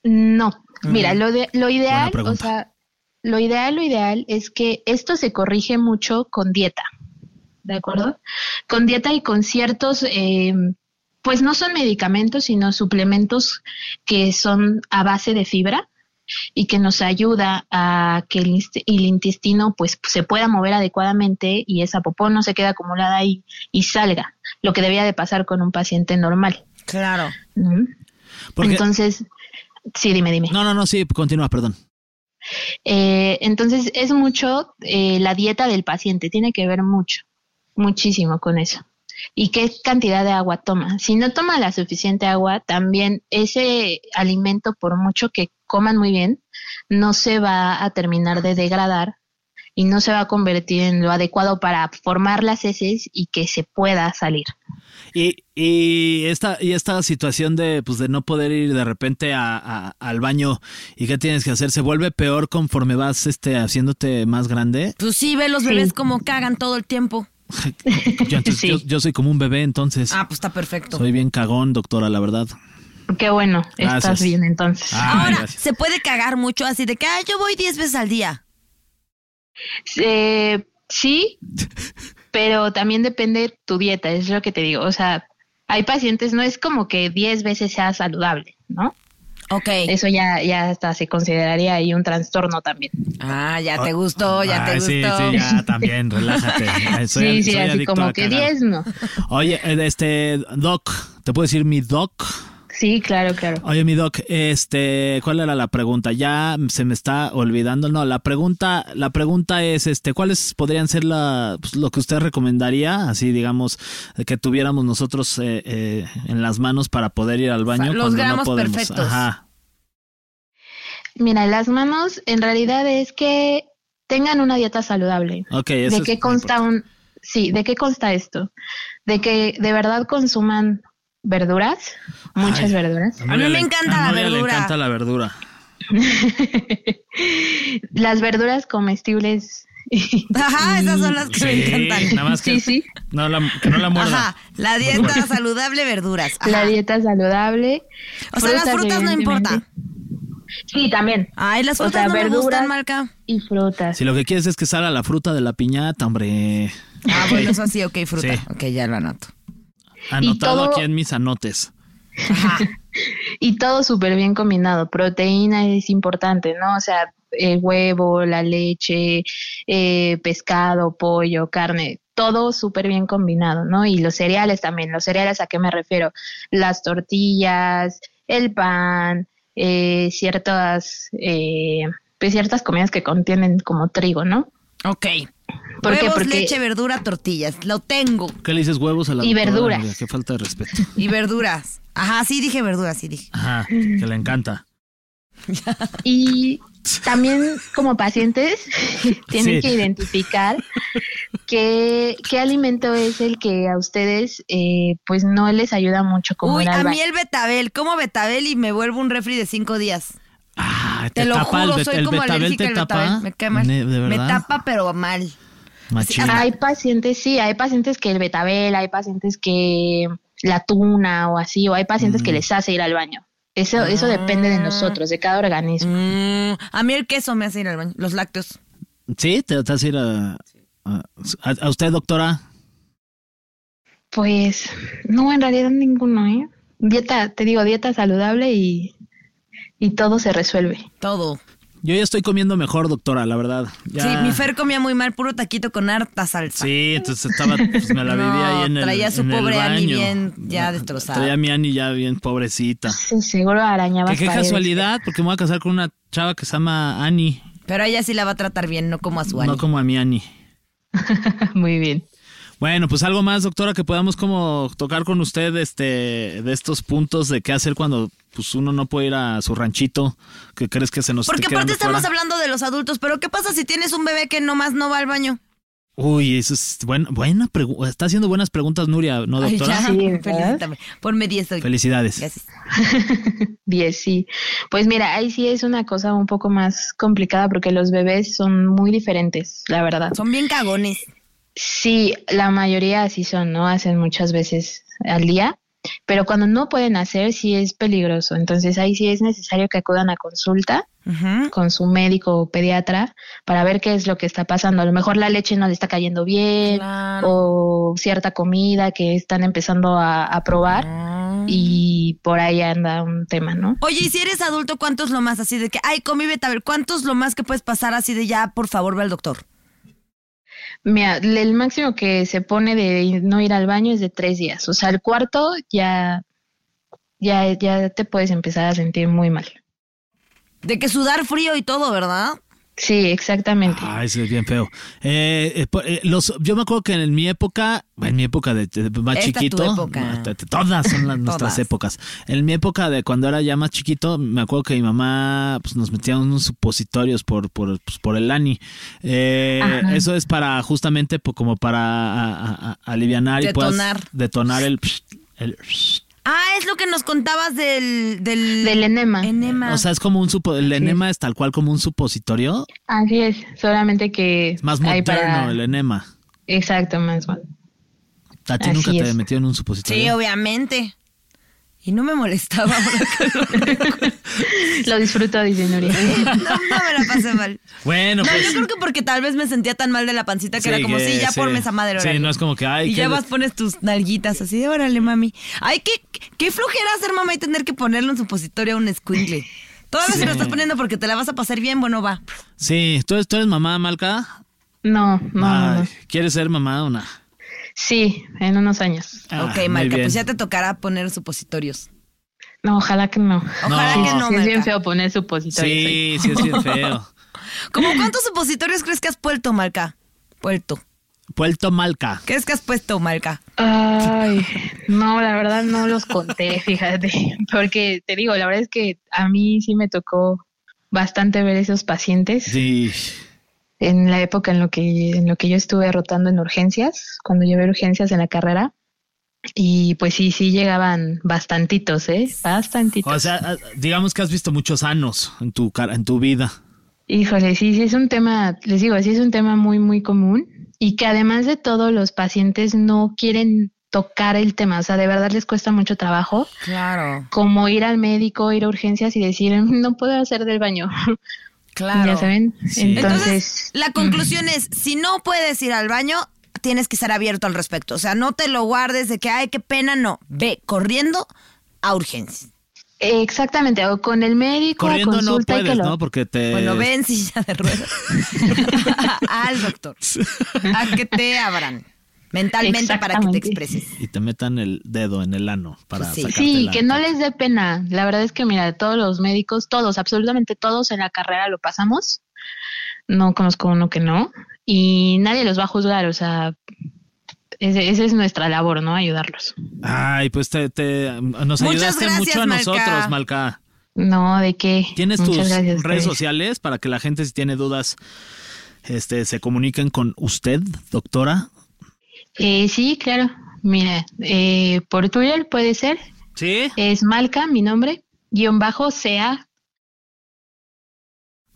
S5: No, mira, lo, de, lo ideal, o
S2: pregunta.
S5: sea, lo ideal, lo ideal es que esto se corrige mucho con dieta, ¿de acuerdo? Con dieta y con ciertos, eh, pues no son medicamentos, sino suplementos que son a base de fibra y que nos ayuda a que el, inst- el intestino pues se pueda mover adecuadamente y esa popó no se quede acumulada ahí y salga, lo que debía de pasar con un paciente normal.
S3: Claro.
S5: ¿no?
S2: Porque-
S5: Entonces, sí, dime, dime.
S2: No, no, no, sí, continúa, perdón.
S5: Eh, entonces es mucho eh, la dieta del paciente, tiene que ver mucho, muchísimo con eso. ¿Y qué cantidad de agua toma? Si no toma la suficiente agua, también ese alimento, por mucho que coman muy bien, no se va a terminar de degradar y no se va a convertir en lo adecuado para formar las heces y que se pueda salir.
S2: Y, y esta, y esta situación de, pues, de no poder ir de repente a- a- al baño y qué tienes que hacer, ¿se vuelve peor conforme vas este, haciéndote más grande?
S3: Pues sí, ve los bebés como cagan todo el tiempo.
S2: Yo, entonces,
S5: Sí.
S2: yo- yo soy como un bebé, entonces.
S3: Ah, pues está perfecto.
S2: Soy bien cagón, doctora, la verdad.
S5: Qué bueno,
S2: Gracias.
S5: estás bien entonces.
S2: Ah,
S3: Ahora,
S2: gracias.
S3: se puede cagar mucho así de que, ay, yo voy diez veces al día.
S5: Eh, sí, pero también depende tu dieta, es lo que te digo. O sea, hay pacientes, no es como que 10 veces sea saludable, ¿no?
S3: Ok.
S5: Eso ya, ya hasta se consideraría ahí un trastorno también.
S3: Ah, ya te gustó, ya te
S2: Ay,
S3: gustó.
S2: sí, sí, ya también, relájate. Ay, Soy,
S5: sí, sí,
S2: soy
S5: así
S2: adicto
S5: como
S2: a
S5: que
S2: cagar.
S5: 10 no.
S2: Oye, eh, este, Doc, ¿te puedo decir mi Doc?
S5: Sí, claro, claro.
S2: Oye, mi Doc, este, ¿cuál era la pregunta? Ya se me está olvidando. No, la pregunta, la pregunta es, este, ¿cuáles podrían ser la, pues, lo que usted recomendaría? Así, digamos, que tuviéramos nosotros eh, eh, en las manos para poder ir al baño
S3: los
S2: cuando no
S3: gramos
S2: podemos.
S3: perfectos.
S2: Ajá.
S5: Mira, las manos en realidad es que tengan una dieta saludable.
S2: Ok, eso
S5: ¿De
S2: es
S5: qué
S2: muy
S5: consta un sí, de qué consta esto? De que de verdad consuman verduras, muchas
S2: Ay.
S5: verduras.
S3: A mí me
S2: le-
S3: encanta la
S2: a Nuria
S3: verdura.
S2: Le encanta la verdura.
S5: Las verduras comestibles.
S3: Ajá, esas son las que
S2: Sí,
S3: me encantan.
S2: Nada más
S5: Sí,
S2: que,
S5: sí.
S2: No la, que no la muerda.
S3: Ajá, la dieta saludable, verduras. Ajá.
S5: La dieta saludable.
S3: O sea, las frutas no
S5: evidentemente.
S3: importa.
S5: Sí, también.
S3: Ay, las
S5: O
S3: frutas
S5: sea,
S3: no me gustan,
S5: verduras
S3: Marca.
S5: y frutas.
S2: Si lo que quieres es que salga la fruta de la piñata, hombre.
S3: Ah, bueno, eso sí, ok, fruta.
S2: Sí.
S3: Ok, ya lo anoto.
S2: Anotado
S5: todo-
S2: aquí en mis anotes.
S5: Y todo súper bien combinado. Proteína es importante, ¿no? O sea, el huevo, la leche, eh, pescado, pollo, carne. Todo súper bien combinado, ¿no? Y los cereales también. Los cereales, ¿a qué me refiero? Las tortillas, el pan, eh, ciertas, eh, pues ciertas comidas que contienen como trigo, ¿no?
S3: Ok.
S5: ¿Por qué?
S3: Huevos,
S5: Porque-
S3: leche, verdura, tortillas. Lo tengo.
S2: ¿Qué le dices huevos a la
S5: Y
S2: doctora,
S5: verduras.
S2: Nuria? Qué falta de respeto.
S3: Y verduras. Ajá, sí dije verduras, sí dije.
S2: Ajá, que le encanta.
S5: Y también como pacientes tienen
S2: Sí.
S5: que identificar qué, qué alimento es el que a ustedes eh, pues no les ayuda mucho como
S3: Uy,
S5: ir al
S3: a
S5: baño.
S3: mí el betabel. Como betabel y me vuelvo un refri de cinco días.
S2: Ah,
S3: Te, lo
S2: tapa el
S3: juro,
S2: bet-
S3: soy
S2: el
S3: como
S2: betabel
S3: alérgica
S2: te
S3: al
S2: tapa.
S3: betabel. Me cae mal.
S2: Ne- De
S3: me
S2: verdad. Ah,
S3: tapa, pero mal.
S2: Machín.
S5: Hay pacientes, sí, hay pacientes que el betabel, hay pacientes que la tuna o así, o hay pacientes
S3: Mm.
S5: que les hace ir al baño. Eso, eso depende de nosotros, de cada organismo.
S3: Mm, a mí el queso me hace ir al baño. Los lácteos.
S2: Sí, te vas a ir a, a, a usted, doctora.
S5: Pues no, en realidad ninguno, ¿eh? Dieta, te digo, dieta saludable y, y todo se resuelve.
S3: Todo.
S2: Yo ya estoy comiendo mejor, doctora, la verdad. Ya-
S3: Sí, mi Fer comía muy mal, puro taquito con harta salsa.
S2: Sí, entonces estaba, pues me la vivía
S3: No,
S2: ahí en el
S3: traía su
S2: en el
S3: pobre Ani
S2: baño.
S3: bien ya destrozada.
S2: Traía a mi Ani ya bien pobrecita.
S5: Sí, seguro arañaba.
S2: Que qué casualidad, porque me voy a casar con una chava que se llama Ani,
S3: Pero a ella sí la va a tratar bien, no como a su Ani.
S2: no como a mi Ani.
S5: Muy bien.
S2: Bueno, pues algo más, doctora, que podamos como tocar con usted este, de estos puntos de qué hacer cuando pues uno no puede ir a su ranchito, que crees que se nos
S3: Porque
S2: esté quedando
S3: aparte estamos
S2: fuera?
S3: hablando de los adultos, pero ¿qué pasa si tienes un bebé que nomás no va al baño?
S2: Uy, eso es buen- buena pregunta. Está haciendo buenas preguntas, Nuria, ¿no,
S3: Ay,
S2: doctora?
S3: ya,
S5: Sí, ¿verdad?
S3: felicítame. Ponme 10 hoy.
S2: Felicidades.
S3: Gracias.
S5: 10, sí. Pues mira, ahí sí es una cosa un poco más complicada porque los bebés son muy diferentes, la verdad.
S3: Son bien cagones.
S5: Sí, la mayoría así son, ¿no? Hacen muchas veces al día, pero cuando no pueden hacer sí es peligroso. Entonces ahí sí es necesario que acudan a consulta
S3: Ujú.
S5: con su médico o pediatra para ver qué es lo que está pasando. A lo mejor la leche no le está cayendo bien
S3: Claro.
S5: o cierta comida que están empezando a, a probar
S3: Ah.
S5: y por ahí anda un tema, ¿no?
S3: Oye, y si eres adulto, ¿cuántos lo más así de que, ay, comí betabel? ¿Cuántos lo más que puedes pasar así de ya, por favor, ve al doctor?
S5: Mira, le- el máximo que se pone de ir- no ir al baño es de tres días. O sea, el cuarto ya, ya, ya te puedes empezar a sentir muy mal.
S3: De que sudar frío y todo, ¿verdad?
S5: Sí, exactamente.
S2: Ay, eso es bien feo. Eh, eh, po- eh, los, yo me acuerdo que en mi época, en mi época de, de- de más
S3: Esta es tu
S2: chiquito,
S3: época.
S2: no, t- t- todas son las- nuestras
S3: Todas.
S2: épocas. En mi época de cuando era ya más chiquito, me acuerdo que mi mamá pues, nos metía unos supositorios por por, pues, por el ANI. Eh,
S5: Ajá.
S2: eso es para justamente po- como para a- a- a- alivianar y puedas
S3: Detonar.
S2: detonar el, el-
S3: Ah, es lo que nos contabas del. Del,
S5: Del enema.
S3: enema.
S2: o sea, es como un supo- el enema es tal cual como un supositorio,
S5: Así es, solamente que
S2: es más
S5: hay
S2: moderno
S5: para-
S2: el enema.
S5: Exacto, más bueno.
S2: A ti
S5: Así
S2: nunca te
S5: es.
S2: metió en un
S3: sí,
S2: supositorio.
S3: obviamente. Y no me molestaba.
S5: Lo disfruto, dice Nuria.
S3: no, no me la pasé mal.
S2: Bueno,
S3: No,
S2: pues.
S3: yo creo que porque tal vez me sentía tan mal de la pancita que
S2: Sí,
S3: era como,
S2: que-
S3: sí, ya
S2: sí.
S3: ponme esa madre.
S2: Sí,
S3: órale".
S2: no es como que, ay,
S3: Y
S2: qué-
S3: ya vas, pones tus nalguitas así de, órale, mami. Ay, qué, qué flojera ser mamá y tener que ponerle un supositorio a un escuincle. Todavía se lo estás poniendo porque te la vas a pasar bien, bueno, va.
S2: Sí, ¿tú eres, tú eres mamá, Malca?
S5: No, no, no, no.
S2: Ay, ¿Quieres ser mamá o no?
S5: Sí, en unos años.
S2: Ah, muy
S3: ok, Marca,
S2: bien.
S3: pues ya te tocará poner supositorios.
S5: No, ojalá que no.
S3: Ojalá
S2: No.
S3: que no,
S5: Sí, es bien
S3: Malca.
S5: feo pues. poner supositorio.
S2: Sí, sí, es bien feo.
S3: ¿Cómo cuántos supositorios crees que has puesto, Malca? Puerto.
S2: Puerto Malca.
S3: ¿Crees que has puesto, Malca?
S5: Ay, no, la verdad no los conté, fíjate, porque te digo, la verdad es que a mí sí me tocó bastante ver esos pacientes
S2: Sí.
S5: en la época en lo que en lo que yo estuve rotando en urgencias, cuando llevé urgencias en la carrera y pues sí, sí llegaban bastantitos, ¿eh? Bastantitos.
S2: O sea, ah, digamos que has visto muchos anos en tu, cara- en tu vida.
S5: Híjole, sí, sí es un tema, les digo, sí es un tema muy, muy común y que además de todo los pacientes no quieren tocar el tema, o sea, de verdad les cuesta mucho trabajo.
S3: Claro,
S5: como ir al médico, ir a urgencias y decir, "Mm, no puedo hacer del baño.
S3: claro.
S5: Ya saben.
S2: Sí.
S5: Entonces,
S3: Entonces, la conclusión es, si no puedes ir al baño, tienes que estar abierto al respecto. O sea, no te lo guardes de que, ay, qué pena, no. Ve corriendo a urgencias.
S5: exactamente, o con el médico,
S2: Corriendo no
S5: consulta y que
S2: puedes,
S5: lo-
S2: ¿no? Porque te.
S3: Bueno, ve en silla de ruedas al doctor. A que te abran mentalmente para que te
S5: Exactamente.
S3: expreses.
S2: Y te metan el dedo en el ano para
S3: Sí.
S2: sacarte
S5: Sí,
S2: la-
S5: que no les dé pena. La verdad es que, mira, todos los médicos, todos, absolutamente todos en la carrera lo pasamos. No conozco uno que no. Y nadie los va a juzgar, o sea, ese- esa es nuestra labor, ¿no? Ayudarlos.
S2: Ay, pues te, te- nos
S3: Muchas
S2: ayudaste
S3: gracias,
S2: mucho a
S3: Malca.
S2: nosotros, Malca.
S5: No, de qué.
S2: ¿Tienes
S5: Muchas
S2: tus
S5: gracias a
S2: redes
S5: ustedes.
S2: sociales para que la gente si tiene dudas este, se comuniquen con usted, doctora?
S5: Eh, sí, claro. Mira, eh, por Twitter puede ser
S2: Sí.
S5: Es Malca, mi nombre, guión bajo CA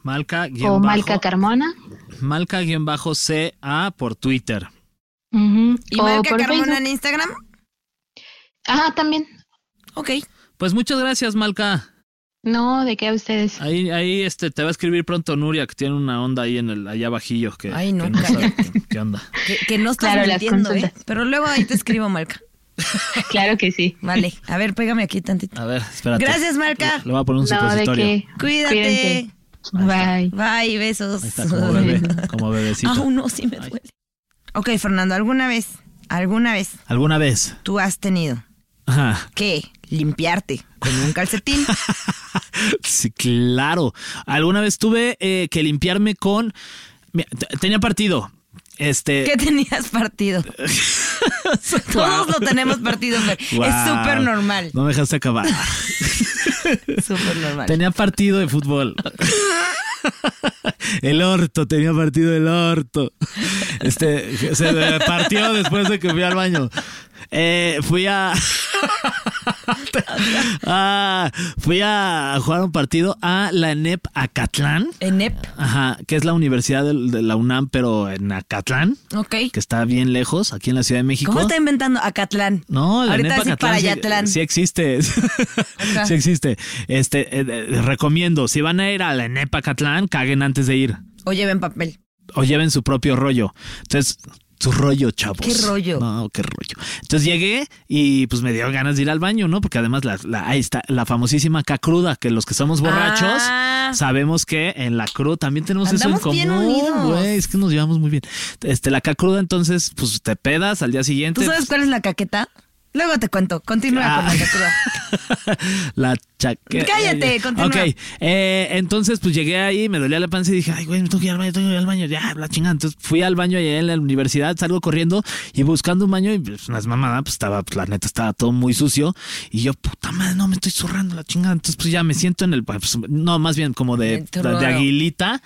S2: Malca
S5: o
S2: guión
S5: Malca
S2: bajo,
S5: Carmona.
S2: Malca guión bajo CA por Twitter.
S5: Ujú.
S3: ¿Y
S5: O
S3: Marca
S5: por
S3: Carmona en
S5: Facebook.
S3: Instagram?
S5: Ah, también.
S3: Ok.
S2: Pues muchas gracias, Malca.
S5: No, de qué a ustedes.
S2: Ahí, ahí este, te va a escribir pronto Nuria, que tiene una onda ahí en el, allá bajillo que,
S3: Ay, no,
S2: que sabe
S3: cállate.
S2: qué- qué onda.
S3: Que, que no estás
S5: Claro, las
S3: mintiendo, ¿eh?
S5: consultas.
S3: Pero luego ahí te escribo, Malca.
S5: Claro que sí.
S3: Vale. A ver, pégame aquí tantito.
S2: A ver, espérate.
S3: Gracias, Malca.
S2: Le voy a poner un
S5: No, de
S2: supositorio.
S5: qué.
S3: Cuídate.
S5: Cuídense. Bye.
S3: Bye, besos.
S2: Ahí está, como bebé, como bebecito.
S3: Ah, no, sí me duele. Ok, Fernando, ¿alguna vez, alguna vez
S2: ¿Alguna vez?
S3: tú has tenido
S2: Ajá.
S3: que limpiarte con un calcetín?
S2: Sí, claro. Alguna vez tuve eh, que limpiarme con. Mira, te- Tenía partido. Este.
S3: ¿Qué tenías partido? Todos lo tenemos partido, Fer. Es
S2: Guau.
S3: súper normal.
S2: No me dejaste acabar.
S3: Súper normal.
S2: Tenía partido de fútbol. El orto, tenía partido el orto. Este, se me partió después de que fui al baño. Eh, fui a. Ah, fui a jugar un partido a la NEP Acatlán.
S3: Enep.
S2: Ajá, que es la universidad del- de, la UNAM, pero en Acatlán,
S3: Ok.
S2: que está bien lejos, aquí en la Ciudad de México.
S3: ¿Cómo está inventando Acatlán?
S2: No, la
S3: Ahorita
S2: neta
S3: sí
S2: Catlán
S3: para
S2: sí-
S3: Yatlán.
S2: Sí, existe. sí existe. Este, eh, eh, recomiendo, si van a ir a la Nepa Catlán, caguen antes de ir.
S3: O lleven papel.
S2: O lleven su propio rollo. Entonces, su rollo, chavos.
S3: ¿Qué rollo?
S2: No, qué rollo. Entonces llegué y pues me dio ganas de ir al baño, ¿no? Porque además la, la- ahí está, la famosísima cacruda, que los que somos borrachos
S3: Ah.
S2: sabemos que en la cruda también tenemos eso
S3: Andamos
S2: en
S3: bien
S2: común.
S3: unidos.
S2: güey, es que nos llevamos muy bien. Este, la cacruda, entonces, pues te pedas al día siguiente.
S3: ¿Tú sabes cuál es la caqueta? Luego te cuento. Continúa con
S2: Ah.
S3: la caqueta.
S2: la chaqueta.
S3: Cállate, continúa.
S2: Ok, eh, entonces pues llegué ahí, me dolía la panza y dije, ay, güey, me tengo que ir al baño, tengo que ir al baño, ya, la chingada. Entonces fui al baño allá en la universidad, salgo corriendo y buscando un baño y pues unas mamadas, pues estaba, pues, la neta, estaba todo muy sucio. Y yo, puta madre, no, me estoy zurrando la chingada. Entonces pues ya me siento en el, pues, no, más bien como de,
S3: El
S2: de,
S3: trono.
S2: aguilita.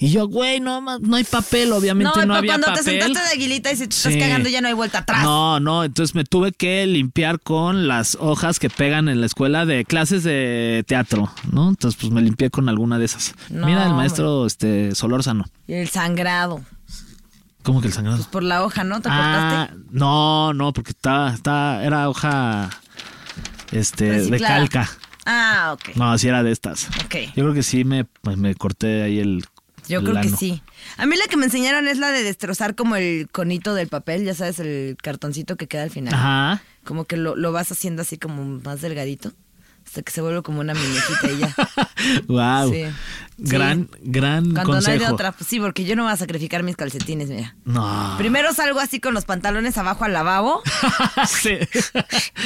S2: Y yo, güey, no, ma- no hay papel,
S3: No,
S2: obviamente no,
S3: pero
S2: había
S3: cuando
S2: papel.
S3: te sentaste de aguilita y si te
S2: Sí.
S3: estás cagando ya no hay vuelta atrás.
S2: No, no, entonces me tuve que limpiar con las hojas que pegan en la escuela de clases de teatro, ¿no? Entonces pues me limpié con alguna de esas.
S3: No,
S2: Mira el maestro este Solórzano.
S3: Y el sangrado. Pues
S2: ¿Cómo que el sangrado?
S3: Por la hoja, ¿no? ¿Te
S2: Ah,
S3: cortaste?
S2: no, no, porque estaba, estaba- era hoja este
S3: Reciclada.
S2: de calca.
S3: Ah, ok.
S2: No, sí era de estas.
S3: Ok.
S2: Yo creo que sí me, pues, me corté ahí el
S3: Yo
S2: el
S3: creo que
S2: ano.
S3: sí. A mí la que me enseñaron es la de destrozar como el conito del papel, ya sabes, el cartoncito que queda al final.
S2: Ajá.
S3: Como que lo, lo vas haciendo así como más delgadito, hasta que se vuelve como una muñequita y ya.
S2: wow.
S3: Sí.
S2: Gran, gran
S3: Cuando
S2: consejo. Ah.
S3: no hay de otra, pues sí, porque yo no voy a sacrificar mis calcetines, mira.
S2: No.
S3: Primero salgo así con los pantalones abajo al lavabo.
S2: Sí.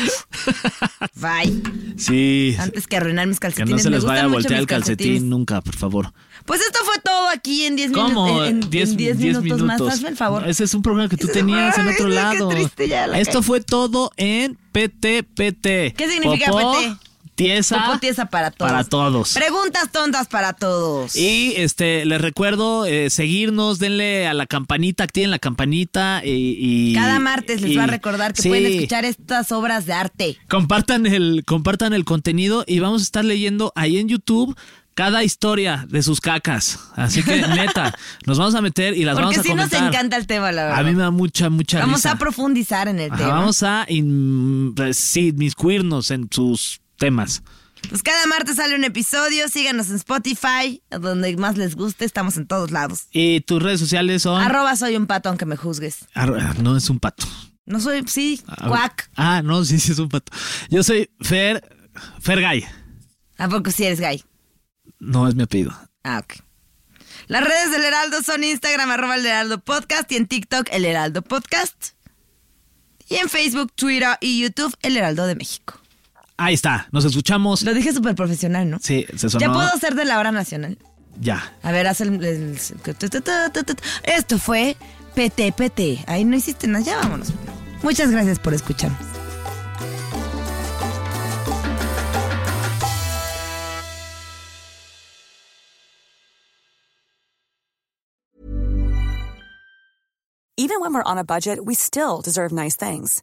S3: Bye.
S2: Sí.
S3: Antes que arruinar mis
S2: Que
S3: calcetines.
S2: no se
S3: me
S2: les
S3: gustan
S2: vaya a
S3: mucho
S2: voltear
S3: mis
S2: el calcetín
S3: calcetines.
S2: nunca, por favor.
S3: Pues esto fue todo aquí en 10
S2: ¿Cómo?
S3: minutos. En, en- en 10 minutos, más. Hazme el favor.
S2: Ese es un programa que tú
S3: Ese
S2: tenías en
S3: programa,
S2: otro
S3: es que
S2: lado.
S3: triste ya la
S2: Esto
S3: cagué.
S2: fue todo en PTPT.
S3: ¿Qué significa PT?
S2: Tiesa.
S3: Popó tiesa para todos.
S2: Para todos.
S3: Preguntas tontas para todos.
S2: Y este les recuerdo eh, seguirnos, denle a la campanita, activen la campanita y, y-
S3: Cada martes les
S2: y-
S3: va a recordar que
S2: sí.
S3: pueden escuchar estas obras de arte.
S2: Compartan el, compartan el contenido y vamos a estar leyendo ahí en YouTube cada historia de sus cacas. Así que, neta, nos vamos a meter y las
S3: Porque
S2: vamos a
S3: sí nos
S2: comentar.
S3: encanta el tema, la verdad.
S2: A mí me da mucha, mucha
S3: vamos
S2: risa.
S3: a profundizar en el
S2: Ajá,
S3: tema.
S2: Vamos a in- pues, sí, inmiscuirnos en sus temas.
S3: Pues cada martes sale un episodio. Síganos en Spotify, donde más les guste. Estamos en todos lados.
S2: Y tus redes sociales son...
S3: Arroba soy un pato, aunque me juzgues.
S2: Arro- ah, no, es un pato.
S3: No soy, sí,
S2: A ver.
S3: cuac.
S2: Ah, no, sí, sí, es un pato. Yo soy Fer... Fergay.
S3: ¿A poco sí eres gay?
S2: No, es mi apellido.
S3: Ah, ok. Las redes del Heraldo son Instagram, arroba el Heraldo Podcast y en TikTok, el Heraldo Podcast. Y en Facebook, Twitter y YouTube, el Heraldo de México.
S2: Ahí está, nos escuchamos.
S3: Lo dije súper profesional, ¿no?
S2: Sí, se sonó.
S3: Ya puedo hacer de la hora nacional.
S2: Ya.
S3: A ver, haz el... el- el- Esto fue PTPT. Ahí no hiciste nada, ya vámonos. Muchas gracias por escucharnos.
S6: Even when we're on a budget, we still deserve nice things.